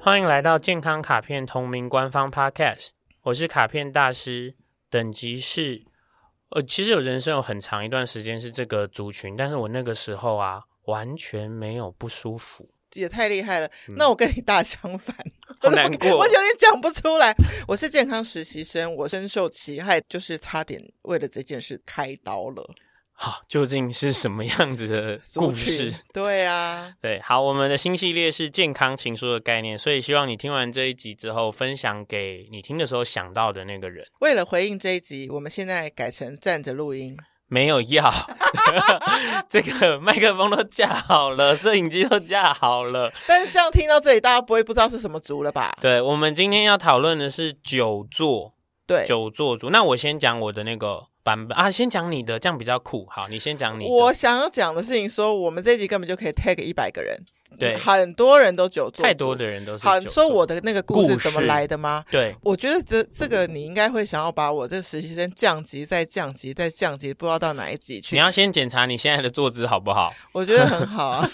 欢迎来到健康卡片同名官方 Podcast，我是卡片大师，等级是呃，其实我人生有很长一段时间是这个族群，但是我那个时候啊，完全没有不舒服。也太厉害了。那我跟你大相反，嗯好难过 哦我有点讲不出来。我是健康实习生，我深受其害，就是差点为了这件事开刀了。好，究竟是什么样子的故事族？群对啊，对，好，我们的新系列是健康情书的概念，所以希望你听完这一集之后，分享给你听的时候想到的那个人。为了回应这一集，我们现在改成站着录音。没有要， 这个麦克风都架好了，摄影机都架好了。但是这样听到这里，大家不会不知道是什么族了吧？对，我们今天要讨论的是久坐，对，久坐族。那我先讲我的那个版本啊，先讲你的，这样比较酷。好，你先讲你的。我想要讲的事情说，我们这一集根本就可以 tag 一百个人，对很多人都久坐，太多的人都是好，你久说坐我的那个故事故怎么事来的吗？对我觉得这这个你应该会想要把我这个实习生降级再降级再降级，不知道到哪一级你去。要先检查你现在的坐姿好不好？我觉得很好 啊。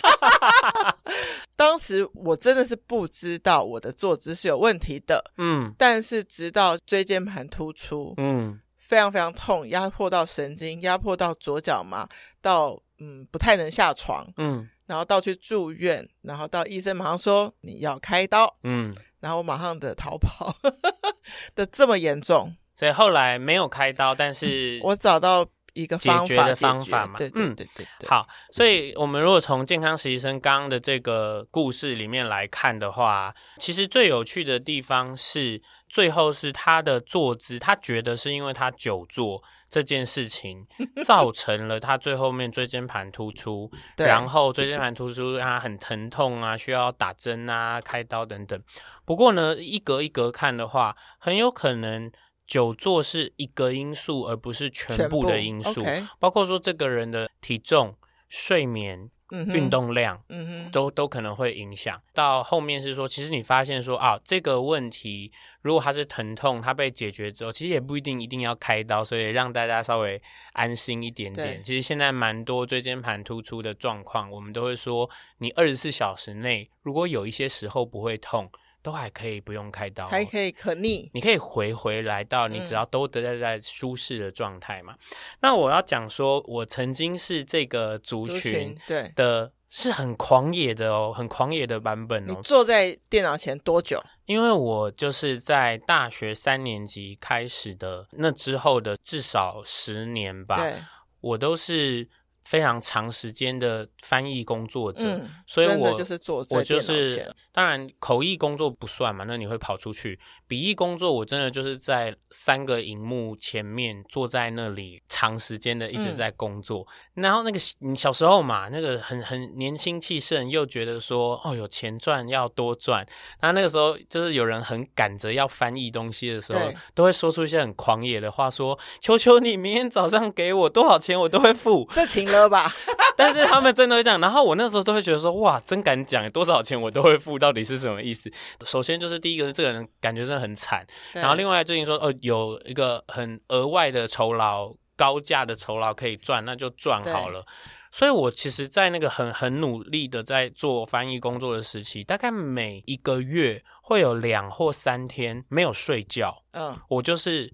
当时我真的是不知道我的坐姿是有问题的，嗯但是直到椎间盘突出，嗯，非常非常痛，压迫到神经，压迫到左脚麻，到嗯不太能下床，嗯然后到去住院，然后到医生马上说你要开刀，嗯，然后我马上的逃跑 的这么严重。所以后来没有开刀，但是我找到一个方法解决的方法嘛解决对对嗯对对对，好，所以我们如果从健康实习生刚刚的这个故事里面来看的话，其实最有趣的地方是最后是他的坐姿，他觉得是因为他久坐这件事情 造成了他最后面椎间盘突出， 对然后椎间盘突出啊很疼痛啊，需要打针啊、开刀等等。不过呢，一格一格看的话，很有可能。久坐是一个因素，而不是全部的因素。 OK，包括说这个人的体重、睡眠、嗯哼运，动量，嗯哼，都都可能会影响。到后面是说，其实你发现说啊，这个问题如果它是疼痛，它被解决之后，其实也不一定一定要开刀，所以让大家稍微安心一点点。对其实现在蛮多椎间盘突出的状况，我们都会说，你二十四小时内如果有一些时候不会痛，都还可以不用开刀哦，还可以可逆，你可以回回来到你只要都得在在舒适的状态嘛。那我要讲说，我曾经是这个族族群群对。的，是很狂野的哦，很狂野的版本你哦，坐在电脑前多久？因为我就是在大学三年级开始的，那之后的至少十年吧，对，我都是非常长时间的翻译工作者，嗯，所以真的我就是坐在我就电脑前是，当然口译工作不算嘛，那你会跑出去。笔译工作，我真的就是在三个荧幕前面坐在那里，长时间的一直嗯在工作。然后那个你小时候嘛，那个很很年轻气盛，又觉得说哦有钱赚要多赚。那那个时候就是有人很赶着要翻译东西的时候对，都会说出一些很狂野的话，说求求你明天早上给我多少钱，我都会付。这情了 吧？但是他们真的会这样，然后我那时候都会觉得说，哇，真敢讲，多少钱我都会付，到底是什么意思？首先就是第一个是这个人感觉真的很惨，然后另外外最近说，哦，有一个很额外的酬劳，高价的酬劳可以赚，那就赚好了。所以我其实，在那个很很努力的在做翻译工作的时期，大概每一个月会有两或三天没有睡觉，嗯，我就是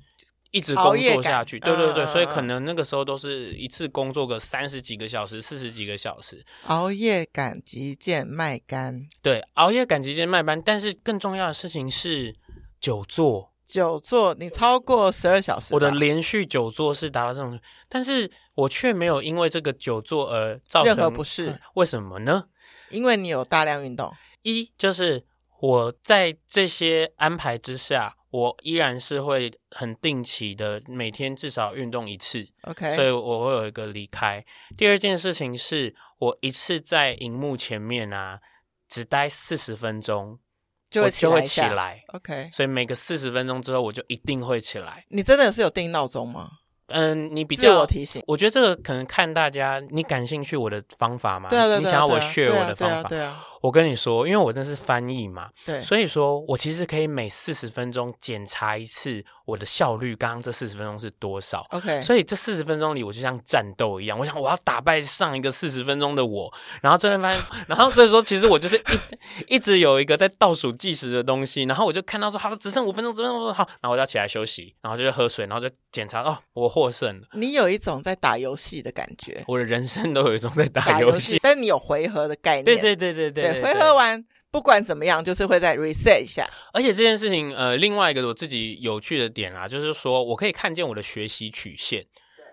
一直熬工夜作感下去，对对对，嗯嗯所以嗯可能那个时候都是一次工作个三十几个小时、四十几个小时，熬夜赶急见卖肝，对，熬夜赶集间卖班。但是更重要的事情是久坐，久坐你超过十二小时吧，我的连续久坐是达到这种，但是我却没有因为这个久坐而造成任何不适嗯为什么呢？因为你有大量运动，一就是我在这些安排之下，我依然是会很定期的每天至少运动一次。 OK，所以我会有一个离开。第二件事情是我一次在荧幕前面啊，只待四十分钟，就我会就会一起下来。 OK，所以每个四十分钟之后，我就一定会起来。你真的是有定闹钟吗？嗯，你比自较我提醒。我觉得这个可能看大家你感兴趣我的方法嘛，对啊，对啊，你对啊想要对我啊 share 对我啊的对方啊法，对啊，我跟你说，因为我真是翻译嘛， 对，所以说我其实可以每四十分钟检查一次我的效率，刚刚这四十分钟是多少。 OK，所以这四十分钟里，我就像战斗一样，我想我要打败上一个四十分钟的我，然后最后发现，然后所以说，其实我就是一一直有一个在倒数计时的东西，然后我就看到说，好了，只剩五分钟，只剩五分钟，好，然后我就要起来休息，然后就去喝水，然后就检查，哦，我获胜了，你有一种在打游戏的感觉，我的人生都有一种在 打打游游戏，，但你有回合的概念，对对对对对对，回合完不管怎么样，就是会再 reset 一下。而且这件事情，呃，另外一个我自己有趣的点啊，就是说我可以看见我的学习曲线，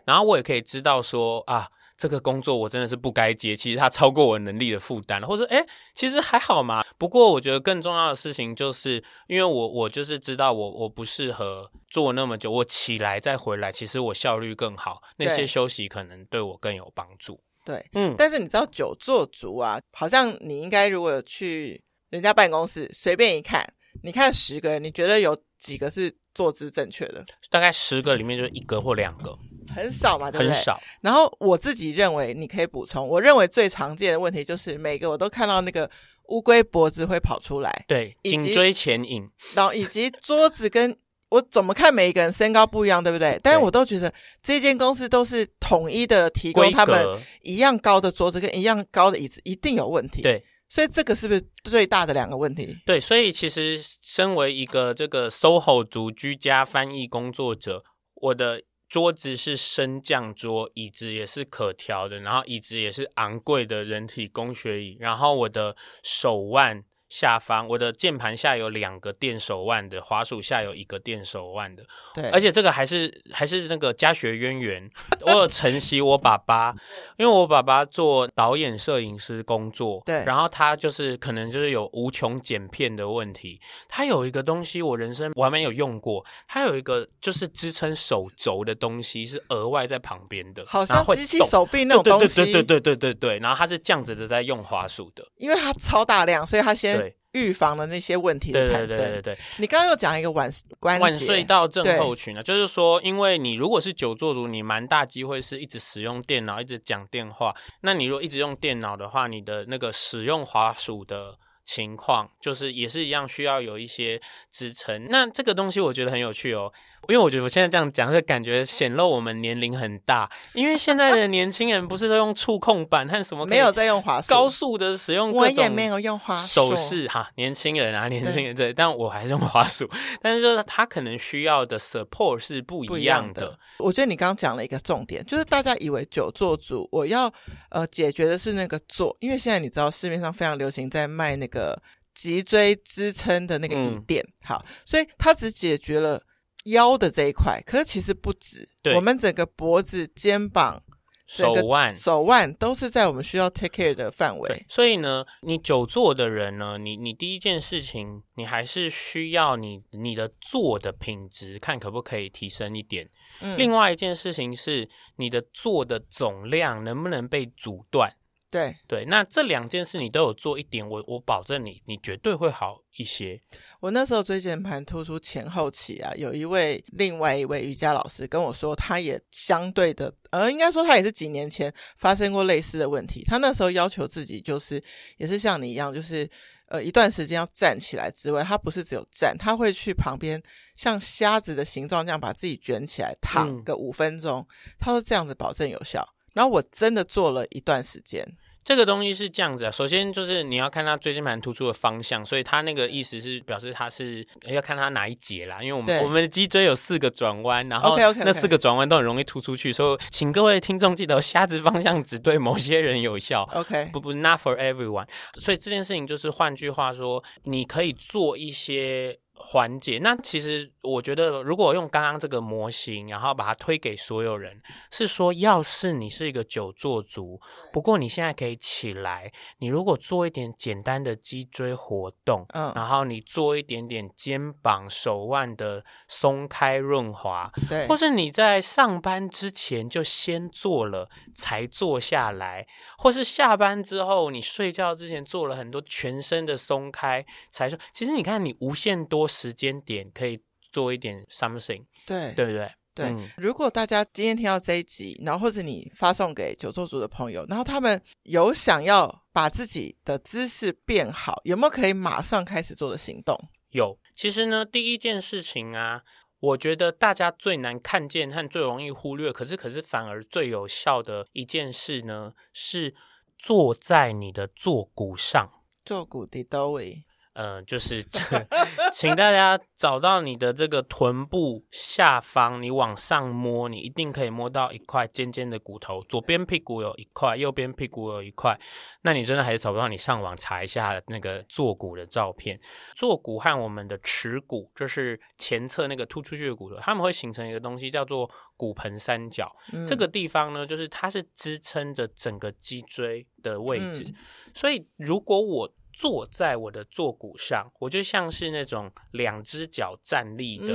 然后我也可以知道说啊，这个工作我真的是不该接，其实它超过我能力的负担了，或者哎，诶其实还好嘛。不过我觉得更重要的事情就是，因为我我就是知道我我不适合做那么久，我起来再回来，其实我效率更好，那些对休息可能对我更有帮助。对，嗯，但是你知道久坐族啊，好像你应该如果有去人家办公室随便一看，你看十个人，你觉得有几个是坐姿正确的？大概十个里面就一个或两个，很少嘛，对很不对？少。然后我自己认为，你可以补充。我认为最常见的问题就是，每个我都看到那个乌龟脖子会跑出来，对，以及颈椎前引，然后以及桌子跟我怎么看每一个人身高不一样，对不对？但是我都觉得这间公司都是统一的提供规他们格一样高的桌子跟一样高的椅子，一定有问题。对。所以这个是不是最大的两个问题？对，所以其实身为一个这个 SOHO 族居家翻译工作者，我的桌子是升降桌，椅子也是可调的，然后椅子也是昂贵的人体工学椅，然后我的手腕。下方，我的键盘下有两个电手腕的，滑鼠下有一个电手腕的，对，而且这个还是还是那个家学渊源， 我有承袭我爸爸，因为我爸爸做导演、摄影师工作，对然后他就是可能就是有无穷剪片的问题，他有一个东西我人生我还没有用过，他有一个就是支撑手肘的东西是额外在旁边的，好然像后会机器动手臂那种对东西，对对对对对对对，然后他是这样子的在用滑鼠的，因为它超大量，所以它先对预防了那些问题对的对产对生。对对。你刚刚又讲一个晚关晚节睡到症候群呢，就是说，因为你如果是久坐族，你蛮大机会是一直使用电脑，一直讲电话。那你如果一直用电脑的话，你的那个使用滑鼠的情况，就是也是一样需要有一些支撑。那这个东西我觉得很有趣哦，因为我觉得我现在这样讲，就感觉显露我们年龄很大，因为现在的年轻人不是都用触控板和什么可以没有在用滑鼠，高速的使用各我种也没有用滑鼠手势哈，年轻人啊，年轻人对，但我还是用滑鼠， 但是就是他可能需要的 support 是不不一一样样的的。。我觉得你刚刚讲了一个重点，就是大家以为久坐族，我要呃解决的是那个坐，因为现在你知道市面上非常流行在卖那个脊椎支撑的那个椅嗯垫，好，所以它只解决了腰的这一块，可是其实不止，对我们整个脖子、肩膀、手腕。手腕都是在我们需要 take care 的范对围，，所以呢，你久坐的人呢，你你第一件事情，你还是需要你你的坐的品质，看可不可以提升一点。嗯另外一件事情是，你的坐的总量能不能被阻断？对。对，那这两件事你都有做一点，我我保证你，你绝对会好一些。我那时候椎间盘突出前后期啊，有一位另外一位瑜伽老师跟我说，他也相对的，呃，应该说他也是几年前发生过类似的问题。他那时候要求自己就是，也是像你一样，就是呃一段时间要站起来之外，他不是只有站，他会去旁边像瞎子的形状这样把自己卷起来躺嗯个五分钟。他说这样子保证有效。然后我真的做了一段时间，这个东西是这样子啊，首先就是你要看它椎间盘突出的方向，所以它那个意思是表示它是呃要看它哪一节啦，因为我们对我们的脊椎有四个转弯，然后 OK，OK，OK 那四个转弯都很容易突出去，所以请各位听众记得瞎子方向只对某些人有效。 OK，不不，not for everyone。所以这件事情就是，换句话说，你可以做一些缓解。那其实我觉得，如果用刚刚这个模型，然后把它推给所有人，是说，要是你是一个久坐族，不过你现在可以起来，你如果做一点简单的脊椎活动，嗯，然后你做一点点肩膀、手腕的松开润滑，对或，是你在上班之前就先做了，才坐下来；或是下班之后，你睡觉之前做了很多全身的松开，才说。其实你看，你无限多时间点可以做一点 something，对，对不对？对，嗯如果大家今天听到这一集，然后或者你发送给九州族的朋友，然后他们有想要把自己的姿势变好，有没有可以马上开始做的行动？有，其实呢，第一件事情啊，我觉得大家最难看见和最容易忽略，可是可是反而最有效的一件事呢，是坐在你的坐骨上。坐骨的兜位，呃，就是 请大家找到你的这个臀部下方，你往上摸，你一定可以摸到一块尖尖的骨头，左边屁股有一块，右边屁股有一块。那你真的还是找不到，你上网查一下那个坐骨的照片。坐骨和我们的耻骨，就是前侧那个突出去的骨头，它们会形成一个东西叫做骨盆三角。嗯这个地方呢，就是它是支撑着整个脊椎的位置，嗯所以如果我坐在我的坐骨上，我就像是那种两只脚站立的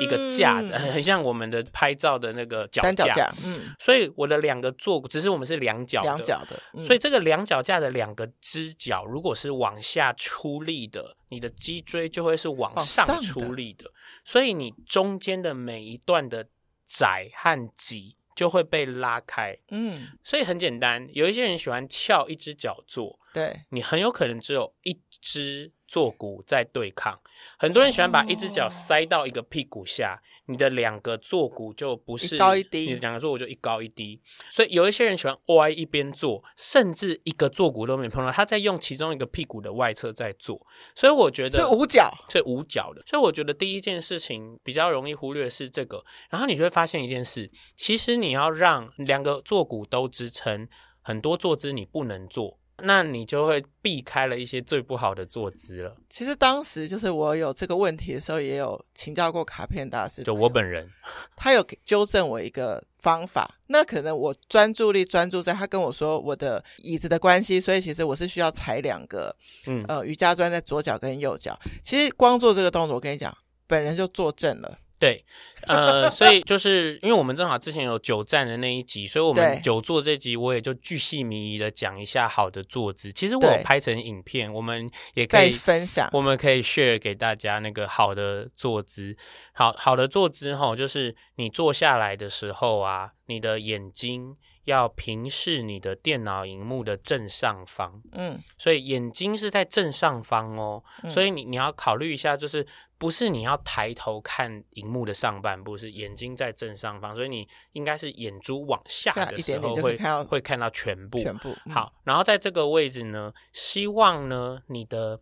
一个架子，嗯很像我们的拍照的那个脚三脚架，嗯，所以我的两个坐骨，只是我们是两脚的，两脚的，嗯所以这个两脚架的两个支脚，如果是往下出力的，你的脊椎就会是往上往上的出力的，所以你中间的每一段的窄和挤就会被拉开。嗯，所以很简单，有一些人喜欢翘一只脚坐，对，你很有可能只有一只坐骨在对抗。很多人喜欢把一只脚哦塞到一个屁股下，你的两个坐骨就不是一高一低你的两个坐骨就一高一低。所以有一些人喜欢歪一边坐，甚至一个坐骨都没碰到，他在用其中一个屁股的外侧在坐。所以我觉得是五脚，所以五角的。所以我觉得第一件事情比较容易忽略的是这个，然后你就会发现一件事，其实你要让两个坐骨都支撑，很多坐姿你不能做，那你就会避开了一些最不好的坐姿了。其实当时就是我有这个问题的时候，也有请教过卡片大师，就我本 人，他有给纠正我一个方法。那可能我专注力专注在他跟我说我的椅子的关系，所以其实我是需要踩两个嗯，呃瑜伽砖在左脚跟右脚。其实光做这个动作，我跟你讲，本人就坐正了。对，呃，所以就是因为我们正好之前有久站的那一集，所以我们对久坐这集我也就巨细靡遗的讲一下好的坐姿。其实我对有拍成影片，我们也可再以分享，我们可以 share 给大家那个好的坐姿，好好的坐姿吼，就是你坐下来的时候啊，你的眼睛要平视你的电脑荧幕的正上方，嗯，所以眼睛是在正上方哦，嗯所以你你要考虑一下，就是不是你要抬头看荧幕的上半部，是眼睛在正上方，所以你应该是眼珠往下下的一时点点候就会可以看到会看到全部，全部，嗯好，然后在这个位置呢，希望呢你的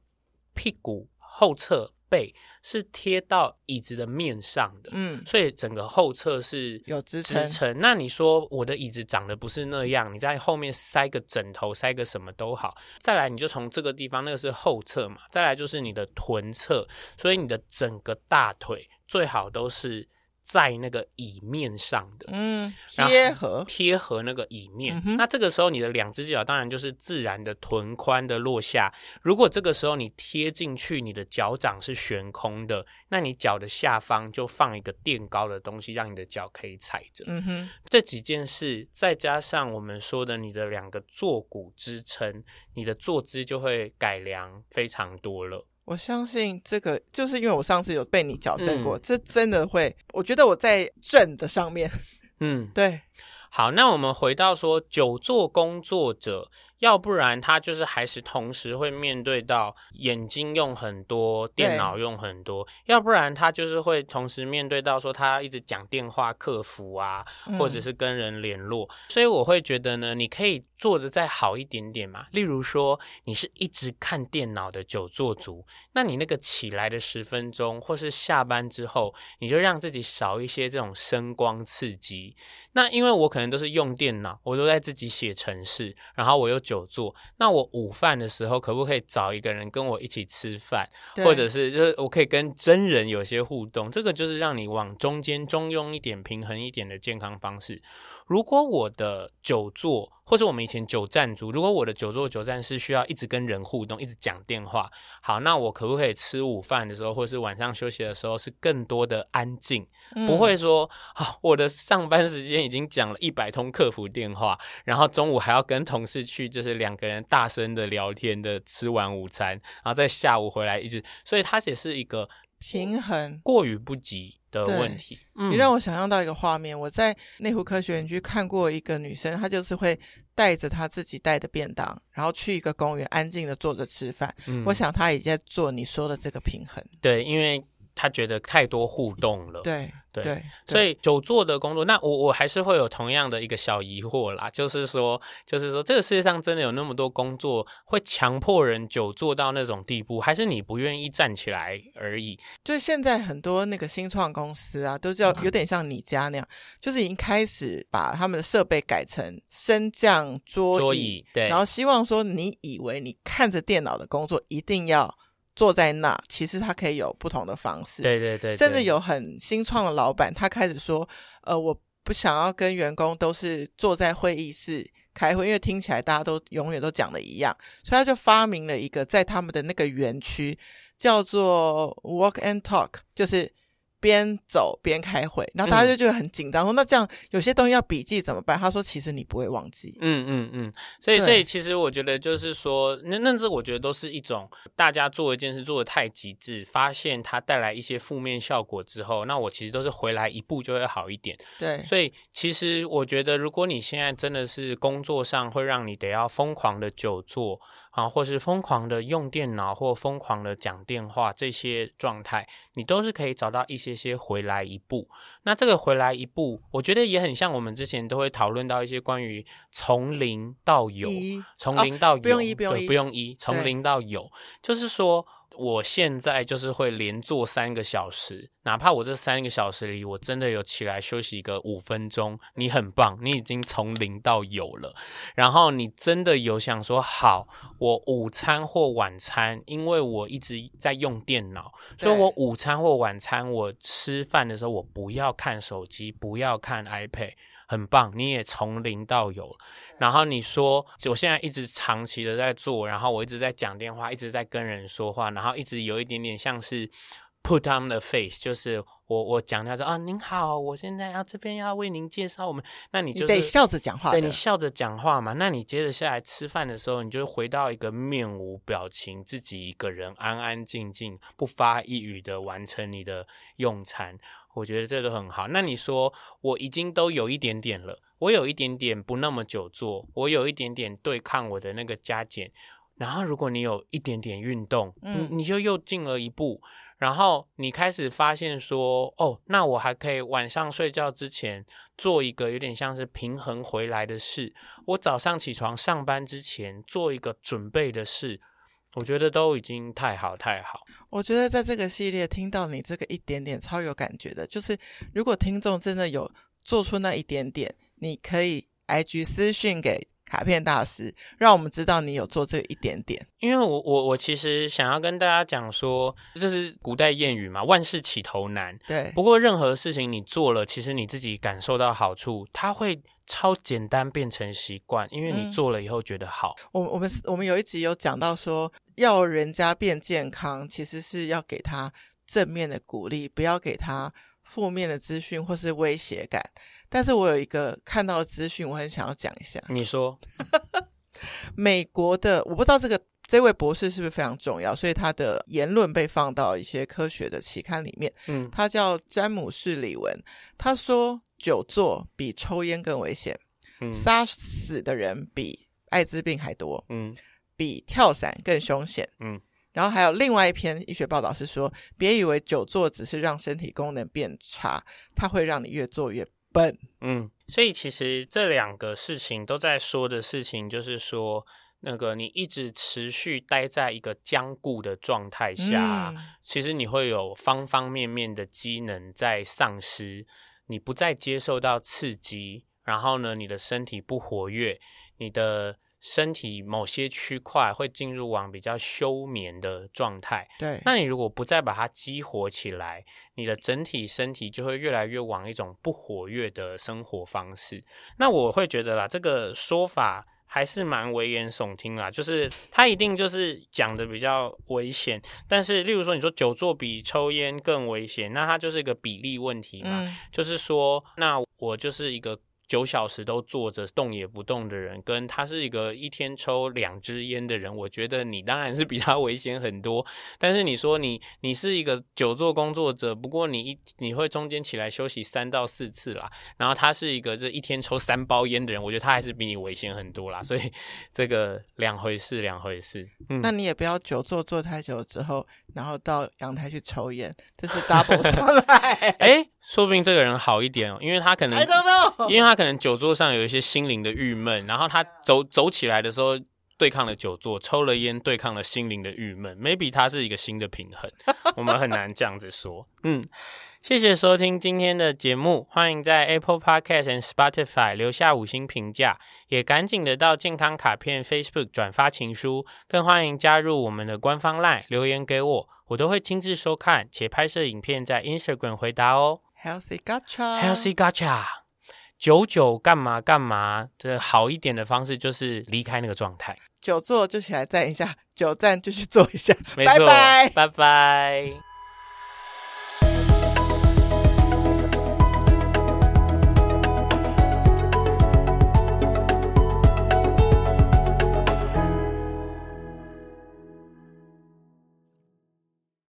屁股后侧背是贴到椅子的面上的，嗯，所以整个后侧是有支撑支撑。那你说我的椅子长得不是那样，你在后面塞个枕头，塞个什么都好。再来，你就从这个地方，那个是后侧嘛，再来就是你的臀侧，所以你的整个大腿最好都是在那个椅面上的。嗯，然后贴合，贴合那个椅面嗯。哼那这个时候你的两只脚当然就是自然的臀宽的落下。如果这个时候你贴进去，你的脚掌是悬空的，那你脚的下方就放一个垫高的东西，让你的脚可以踩着。嗯哼，这几件事再加上我们说的你的两个坐骨支撑，你的坐姿就会改良非常多了。我相信这个就是因为我上次有被你矫正过，嗯这真的会，我觉得我在正的上面， 嗯，对，好，那我们回到说，久坐工作者，要不然他就是还是同时会面对到眼睛用很多，电对脑用很多，要不然他就是会同时面对到说他一直讲电话客服啊，嗯或者是跟人联络。所以我会觉得呢，你可以做的再好一点点嘛。例如说，你是一直看电脑的久坐族，那你那个起来的十分钟，或是下班之后，你就让自己少一些这种声光刺激。那因为我可能都是用电脑，我都在自己写程式，然后我又久坐。那我午饭的时候，可不可以找一个人跟我一起吃饭，对或者是就是我可以跟真人有些互动？这个就是让你往中间中庸一点、平衡一点的健康方式。如果我的久坐，或是我们以前久站族，如果我的久坐久站是需要一直跟人互动、一直讲电话，好，那我可不可以吃午饭的时候，或是晚上休息的时候，是更多的安静？不嗯会说啊，我的上班时间已经讲了一百通客服电话，然后中午还要跟同事去，就是两个人大声的聊天的吃完午餐，然后在下午回来一直，所以它也是一个平衡，过于不及，的对问题。嗯你让我想象到一个画面，我在内湖科学园区看过一个女生，她就是会带着她自己带的便当，然后去一个公园安静的坐着吃饭。嗯我想她也在做你说的这个平衡。对，因为他觉得太多互动了。对对对，所以以久坐的工作，那我我还是会有同样的一个小疑惑啦，就是说，就是说，这个世界上真的有那么多工作会强迫人久坐到那种地步，还是你不愿意站起来而已？就现在很多那个新创公司啊，都是嗯要有点像你家那样，就是已经开始把他们的设备改成升降桌桌椅对，然后希望说你以为你看着电脑的工作一定要坐在那，其实它可以有不同的方式。对对对，甚至对有很新创的老板，他开始说，呃，我不想要跟员工都是坐在会议室开会，因为听起来大家都永远都讲的一样，所以他就发明了一个在他们的那个园区叫做 walk and talk，就是。边走边开会，然后大嗯家就觉得很紧张，说那这样有些东西要笔记怎么办？他说其实你不会忘记，嗯嗯嗯，所以对所以其实我觉得就是说，那那这我觉得都是一种大家做一件事做的太极致，发现它带来一些负面效果之后，那我其实都是回来一步就会好一点。对，所以其实我觉得，如果你现在真的是工作上会让你得要疯狂的久坐啊，或是疯狂的用电脑或疯狂的讲电话这些状态，你都是可以找到一些些回来一步。那这个回来一步，我觉得也很像我们之前都会讨论到一些关于从零到有。一从哦零到有，不用一不用对一不用一，从对零到有，就是说我现在就是会连做三个小时，哪怕我这三个小时里我真的有起来休息个五分钟，你很棒，你已经从零到有了。然后你真的有想说，好，我午餐或晚餐，因为我一直在用电脑，所以对我午餐或晚餐我吃饭的时候，我不要看手机，不要看 iPad。很棒，你也从零到有了然后你说，我现在一直长期的在做，然后我一直在讲电话，一直在跟人说话，然后一直有一点点像是 put on the face，就是我我讲他说啊，您好，我现在要这边要为您介绍我们，那你你就是得笑着讲话的对你笑着讲话嘛，那你接着下来吃饭的时候，你就回到一个面无表情，自己一个人安安静静、不发一语的完成你的用餐。我觉得这都很好。那你说我已经都有一点点了，我有一点点不那么久坐，我有一点点对抗我的那个加减。然后，如果你有一点点运动，嗯嗯，你就又进了一步。然后你开始发现说，哦，那我还可以晚上睡觉之前做一个有点像是平衡回来的事。我早上起床上班之前做一个准备的事，我觉得都已经太好太好。我觉得在这个系列听到你这个一点点超有感觉的，就是如果听众真的有做出那一点点，你可以 IG 私讯给卡片大师，让我们知道你有做这一点点。因为我我我其实想要跟大家讲说，这是古代谚语嘛，万事起头难。对不过任何事情你做了，其实你自己感受到好处，它会超简单变成习惯，因为你嗯做了以后觉得好。我我们我们有一集有讲到说，要人家变健康，其实是要给他正面的鼓励，不要给他负面的资讯或是威胁感。但是我有一个看到的资讯，我很想要讲一下。你 说，美国的，我不知道这个这位博士是不是非常重要，所以他的言论被放到一些科学的期刊里面。嗯，他叫詹姆士·李文，他说久坐比抽烟更危险，嗯杀死的人比艾滋病还多，嗯比跳伞更凶险。嗯。然后还有另外一篇医学报道是说，别以为久坐只是让身体功能变差，它会让你越做越笨。嗯，所以其实这两个事情都在说的事情，就是说，那个你一直持续待在一个僵固的状态下，嗯其实你会有方方面面的机能在丧失，你不再接受到刺激，然后呢，你的身体不活跃，你的身体某些区块会进入往比较休眠的状态。对，那你如果不再把它激活起来，你的整体身体就会越来越往一种不活跃的生活方式。那我会觉得啦，这个说法还是蛮危言耸听啦，就是它一定就是讲的比较危险。但是，例如说你说久坐比抽烟更危险，那它就是一个比例问题嘛。嗯，就是说，那我就是一个九小时都坐着动也不动的人，跟他是一个一天抽两支烟的人，我觉得你当然是比他危险很多。但是你说你你是一个久坐工作者，不过你一你会中间起来休息三到四次啦，然后他是一个这一天抽三包烟的人，我觉得他还是比你危险很多啦。所以这个两回事，两回事。嗯，那你也不要久坐坐太久之后，然后到阳台去抽烟，这是 double 上 来。哎，说不定这个人好一点哦，因为他可能 I don't know。因为他可能酒桌上有一些心灵的郁闷，然后他走走起来的时候对抗了酒桌，抽了烟对抗了心灵的郁闷，maybe 他是一个新的平衡，我们很难这样子说。嗯，谢谢收听今天的节目，欢迎在 Apple Podcast 和 Spotify 留下五星评价，也赶紧的到健康卡片 Facebook 转发情书，更欢迎加入我们的官方 LINE 留言给我，我都会亲自收看，且拍摄影片在 Instagram 回答哦。 Healthy Gacha。 Healthy Gacha，久久干嘛干嘛的好一点的方式就是离开那个状态。久坐就起来站一下，久站就去坐一下。没拜错，拜拜拜